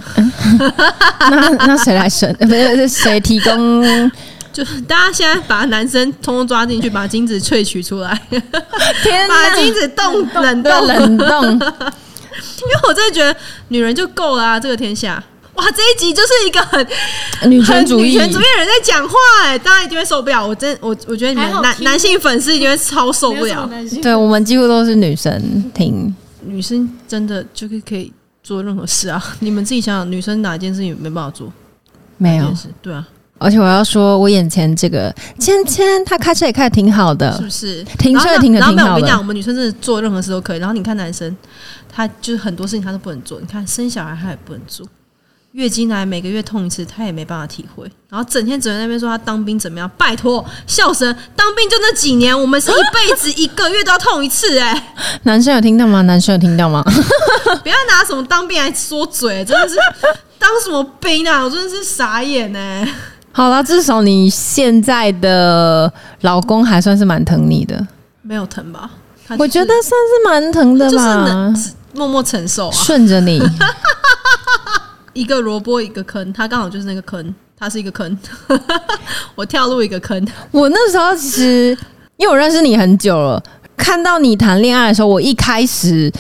[SPEAKER 2] 那那谁来生？ 呃不是是谁提 供？
[SPEAKER 3] 就是大家现在把男生通通抓进去，把精子萃取出来，
[SPEAKER 2] 天
[SPEAKER 3] 把精子冻冷冻。
[SPEAKER 2] 对哎冷冻，
[SPEAKER 3] 因为我真的觉得女人就够了、啊，这个天下。哇，这一集就是一个很
[SPEAKER 2] 女
[SPEAKER 3] 很
[SPEAKER 2] 权主义
[SPEAKER 3] 女，权主义的人在讲话、哎，大家一定会受不了。我真我我觉得你
[SPEAKER 1] 还
[SPEAKER 3] 们
[SPEAKER 1] 好
[SPEAKER 3] 男
[SPEAKER 1] 听
[SPEAKER 3] 男性粉丝一定会超受不了。
[SPEAKER 2] 对我们几乎都是女生听。
[SPEAKER 3] 女生真的就是可以做任何事啊！你们自己想想，女生哪件事情没办法做？
[SPEAKER 2] 没有
[SPEAKER 3] 哪件，事，对啊，
[SPEAKER 2] 而且我要说，我眼前这个芊芊，她开车也开的挺好的
[SPEAKER 3] 是，不是？
[SPEAKER 2] 嗯停车也停得
[SPEAKER 3] 然后
[SPEAKER 2] 挺
[SPEAKER 3] 没有，我
[SPEAKER 2] 好
[SPEAKER 3] 跟你讲，我
[SPEAKER 2] 的，
[SPEAKER 3] 们女生真的做任何事都可以。然后你看男生，他就是很多事情他都不能做。你看生小孩他也不能做，月经来每个月痛一次，他也没办法体会。然后整天只能在那边说他当兵怎么样？拜托，笑神，当兵就那几年，我们是一辈子一个月都要痛一次、哎。
[SPEAKER 2] 男生有听到吗？男生有听到吗？
[SPEAKER 3] 不要拿什么当兵来说嘴，真的是当什么兵啊！我真的是傻眼哎呢、
[SPEAKER 2] 好啦，至少你现在的老公还算是蛮疼你的，
[SPEAKER 3] 没有疼吧？他就是
[SPEAKER 2] 我觉得算是蛮疼的
[SPEAKER 3] 就是
[SPEAKER 2] 吧
[SPEAKER 3] 能，默默承受啊，
[SPEAKER 2] 顺着 你。
[SPEAKER 3] 一个萝卜一个坑，他刚好就是那个坑，他是一个坑， 我跳入一个坑，
[SPEAKER 2] 我那时候其实因为我认识你很久了，看到你谈恋爱的时候，我一开始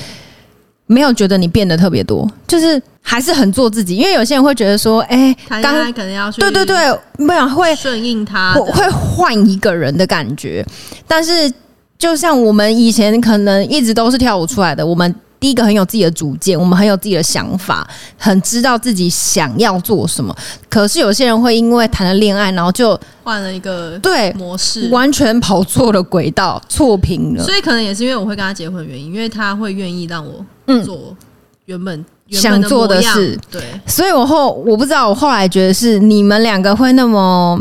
[SPEAKER 2] 没有觉得你变得特别多，就是还是很做自己。因为有些人会觉得说，哎、
[SPEAKER 3] 谈恋爱
[SPEAKER 2] 刚
[SPEAKER 3] 可能要去
[SPEAKER 2] 对对对，没有会
[SPEAKER 3] 顺应他
[SPEAKER 2] 会
[SPEAKER 3] 的，
[SPEAKER 2] 会换一个人的感觉。但是就像我们以前可能一直都是跳舞出来的，我们第一个很有自己的主见，我们很有自己的想法，很知道自己想要做什么。可是有些人会因为谈了恋爱，然后就
[SPEAKER 3] 换了一个
[SPEAKER 2] 对
[SPEAKER 3] 模式。
[SPEAKER 2] 完全跑错了轨道，错频了。
[SPEAKER 3] 所以可能也是因为我会跟他结婚的原因，因为他会愿意让我
[SPEAKER 2] 嗯
[SPEAKER 3] 做原本、原
[SPEAKER 2] 想
[SPEAKER 3] 本
[SPEAKER 2] 做的
[SPEAKER 3] 模样
[SPEAKER 2] 事，
[SPEAKER 3] 对，
[SPEAKER 2] 所以我后我不知道，我后来觉得是你们两个会那么。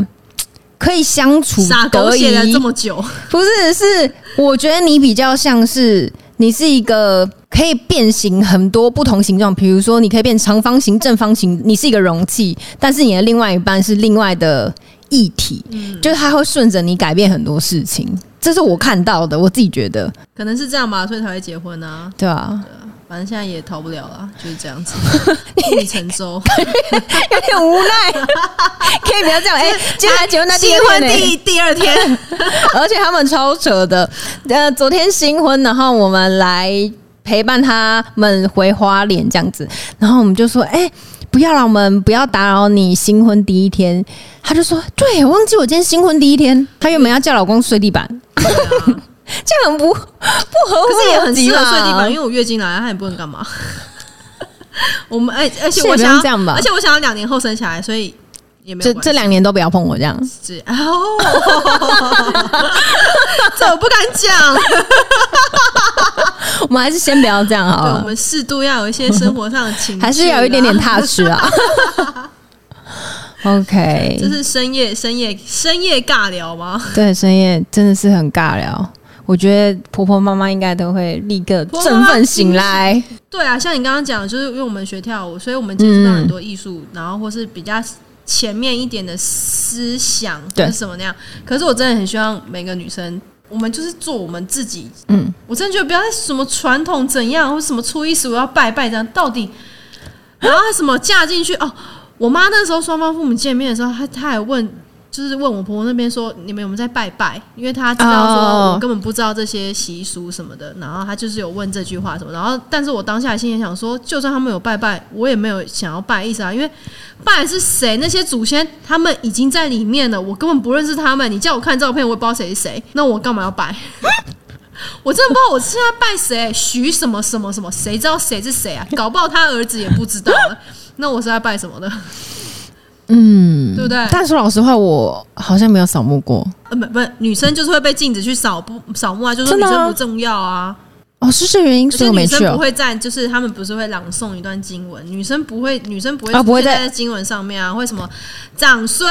[SPEAKER 2] 可以相处
[SPEAKER 3] 傻狗
[SPEAKER 2] 得
[SPEAKER 3] 写了
[SPEAKER 2] 宜
[SPEAKER 3] 这么久，
[SPEAKER 2] 不是，是我觉得你比较像是你是一个可以变形很多不同形状，比如说你可以变长方形、正方形，你是一个容器，但是你的另外一半是另外的液体，
[SPEAKER 3] 嗯
[SPEAKER 2] 就是它会顺着你改变很多事情。这是我看到的，我自己觉得，
[SPEAKER 3] 可能是这样吧，所以才会结婚啊。
[SPEAKER 2] 对啊，
[SPEAKER 3] 反正现在也逃不了了，就是这 样子，木已成舟。
[SPEAKER 2] 有点无 奈，可以不要这样。哎、今天还结婚那第
[SPEAKER 3] 结
[SPEAKER 2] 一
[SPEAKER 3] 婚
[SPEAKER 2] 天呢
[SPEAKER 3] 第第二天，
[SPEAKER 2] 而且他们超扯的。呃，昨天新婚，然后我们来陪伴他们回花莲这样子，然后我们就说，哎、不要了，我们不要打扰你新婚第一天。他就说，对，我忘记我今天新婚第一天，他原本要叫老公睡地板，
[SPEAKER 3] 啊
[SPEAKER 2] 这样很不不合乎
[SPEAKER 3] 可是也
[SPEAKER 2] 逻
[SPEAKER 3] 很
[SPEAKER 2] 辑
[SPEAKER 3] 适合
[SPEAKER 2] 嘛
[SPEAKER 3] 睡地板，因为我月经来，他也不能干嘛。 我们哎而而且
[SPEAKER 2] 是也
[SPEAKER 3] 我
[SPEAKER 2] 不
[SPEAKER 3] 想
[SPEAKER 2] 用
[SPEAKER 3] 要
[SPEAKER 2] 这样吧
[SPEAKER 3] 而且我想要两年后生小孩，所以也没有
[SPEAKER 2] 这
[SPEAKER 3] 关系
[SPEAKER 2] 这两年都不要碰我这样，
[SPEAKER 3] 这哦， 这我不敢
[SPEAKER 2] 哦
[SPEAKER 3] 讲。
[SPEAKER 2] 我们还是先不要这样好
[SPEAKER 3] 对，我
[SPEAKER 2] 了，
[SPEAKER 3] 们适度要有一些生活上的情绪啦，
[SPEAKER 2] 还是要有一点点踏实啊。OK，
[SPEAKER 3] 这是深夜深夜深夜尬聊吗？
[SPEAKER 2] 对，深夜真的是很尬聊。我觉得婆婆妈妈应该都会立刻
[SPEAKER 3] 婆婆
[SPEAKER 2] 振
[SPEAKER 3] 妈妈
[SPEAKER 2] 奋醒来，
[SPEAKER 3] 对啊，像你刚刚讲，就是因为我们学跳舞，所以我们接触到很多艺术，然后或是比较前面一点的思想，
[SPEAKER 2] 对
[SPEAKER 3] 或是什么那样。可是我真的很希望每个女生，我们就是做我们自己。
[SPEAKER 2] 嗯，
[SPEAKER 3] 我真的觉得不要再什么传统怎样，或什么初一十五要拜拜这样，到底，然后她什么嫁进去哦。我妈那时候双方父母见面的时候，她她还问，就是问我婆婆那边说你们有没有在拜拜，因为她知道
[SPEAKER 2] 哦
[SPEAKER 3] 说我根本不知道这些习俗什么的，然后她就是有问这句话什么，然后但是我当下心里想说，就算他们有拜拜，我也没有想要拜意思啊，因为拜是谁，那些祖先他们已经在里面了，我根本不认识他们，你叫我看照片，我也不知道谁是谁，那我干嘛要拜？我真的不知道我现在拜谁，许什么什么什么，谁知道谁是谁 啊？搞不好他儿子也不知道了，那我是在拜什么的？
[SPEAKER 2] 嗯，
[SPEAKER 3] 对不对？
[SPEAKER 2] 但说老实话，我好像没有扫墓过。
[SPEAKER 3] 呃，不不，女生就是会被禁止去扫不扫墓啊，就说
[SPEAKER 2] 真
[SPEAKER 3] 女
[SPEAKER 2] 的啊
[SPEAKER 3] 生不重要啊，
[SPEAKER 2] 哦，是这原因，
[SPEAKER 3] 而
[SPEAKER 2] 所以
[SPEAKER 3] 且
[SPEAKER 2] 我没
[SPEAKER 3] 女
[SPEAKER 2] 去
[SPEAKER 3] 生不
[SPEAKER 2] 哦。
[SPEAKER 3] 会在，就是他们不是会朗诵一段经文，女生不会，女生不会
[SPEAKER 2] 啊不会
[SPEAKER 3] 出现
[SPEAKER 2] 在
[SPEAKER 3] 在经文上面啊，会什么长孙，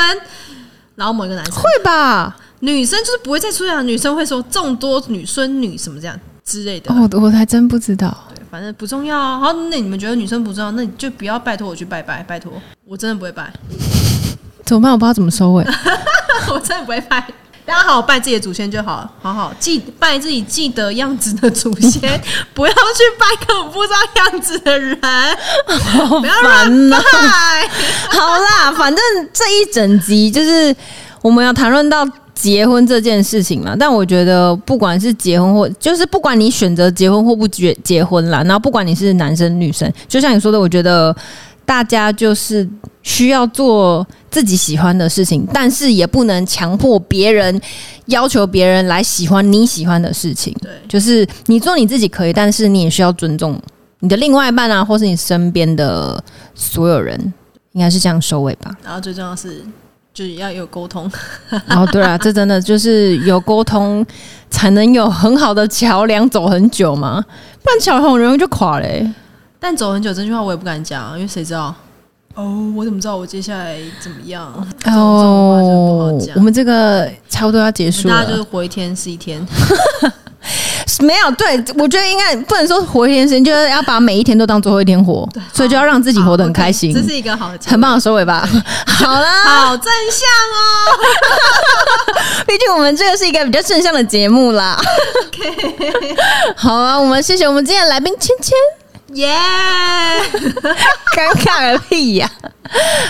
[SPEAKER 3] 然后某一个男生，
[SPEAKER 2] 会吧？
[SPEAKER 3] 女生就是不会再出现啊，女生会说众多女孙女什么这样之类的啊，
[SPEAKER 2] 哦，我我还真不知道。
[SPEAKER 3] 对反正不重要啊。好，那你们觉得女生不重要，那你就不要拜托我去拜拜，拜托，我真的不会拜，
[SPEAKER 2] 怎么办？我不知道怎么收尾。
[SPEAKER 3] 我真的不会拜。大家好好拜自己的祖先就好了，好好记拜自己记得样子的祖先， 不要去拜根本不知道样子的人，不要乱拜。
[SPEAKER 2] 好啦，反正这一整集就是我们要谈论到结婚这件事情嘛。但我觉得，不管是结婚或就是不管你选择结婚或不结结婚啦，然后不管你是男生女生，就像你说的，我觉得大家就是需要做自己喜欢的事情，但是也不能强迫别人、要求别人来喜欢你喜欢的事情。
[SPEAKER 3] 对
[SPEAKER 2] 就是你做你自己可以，但是你也需要尊重你的另外一半啊，或是你身边的所有人，应该是这样收尾吧。
[SPEAKER 3] 然后最重要是，就是要有沟通。
[SPEAKER 2] 哦，对啊，这真的就是有沟通，才能有很好的桥梁走很久嘛，不然桥梁很容易就垮嘞、
[SPEAKER 3] 但走很久这句话我也不敢讲，因为谁知道？哦，我怎么知道我接下来怎么样？
[SPEAKER 2] 哦
[SPEAKER 3] 这种话真的不好，讲
[SPEAKER 2] 我们这个差不多要结束
[SPEAKER 3] 大家就是
[SPEAKER 2] 了，
[SPEAKER 3] 活一天是一天，
[SPEAKER 2] 没有对，我觉得应该不能说活一天时间，就是要把每一天都当最后一天活，所以就要让自己活得很开心
[SPEAKER 3] 好，，OK，这是一个好的结尾
[SPEAKER 2] 很棒，的收尾吧。 好啦，
[SPEAKER 3] 好正向哦。
[SPEAKER 2] 毕竟我们这个是一个比较正向的节目啦。 好啊，我们谢谢我们今天的来宾芊芊，
[SPEAKER 3] 耶、
[SPEAKER 2] 尴尬个屁呀、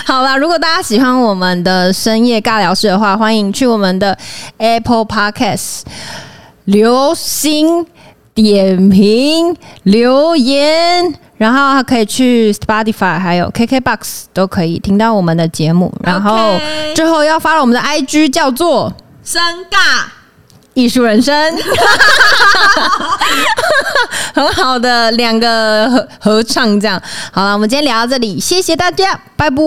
[SPEAKER 2] 好啦，如果大家喜欢我们的深夜尬聊室的话，欢迎去我们的 Apple Podcast 流星点评留言。然后可以去 Spotify 还有 KKBox 都可以听到我们的节目，然后
[SPEAKER 3] OK
[SPEAKER 2] 之后要发了我们的 IG 叫做
[SPEAKER 3] 生尬，
[SPEAKER 2] 艺术人生， 很好的两个合合唱，这样好了，我们今天聊到这里，谢谢大家，拜拜。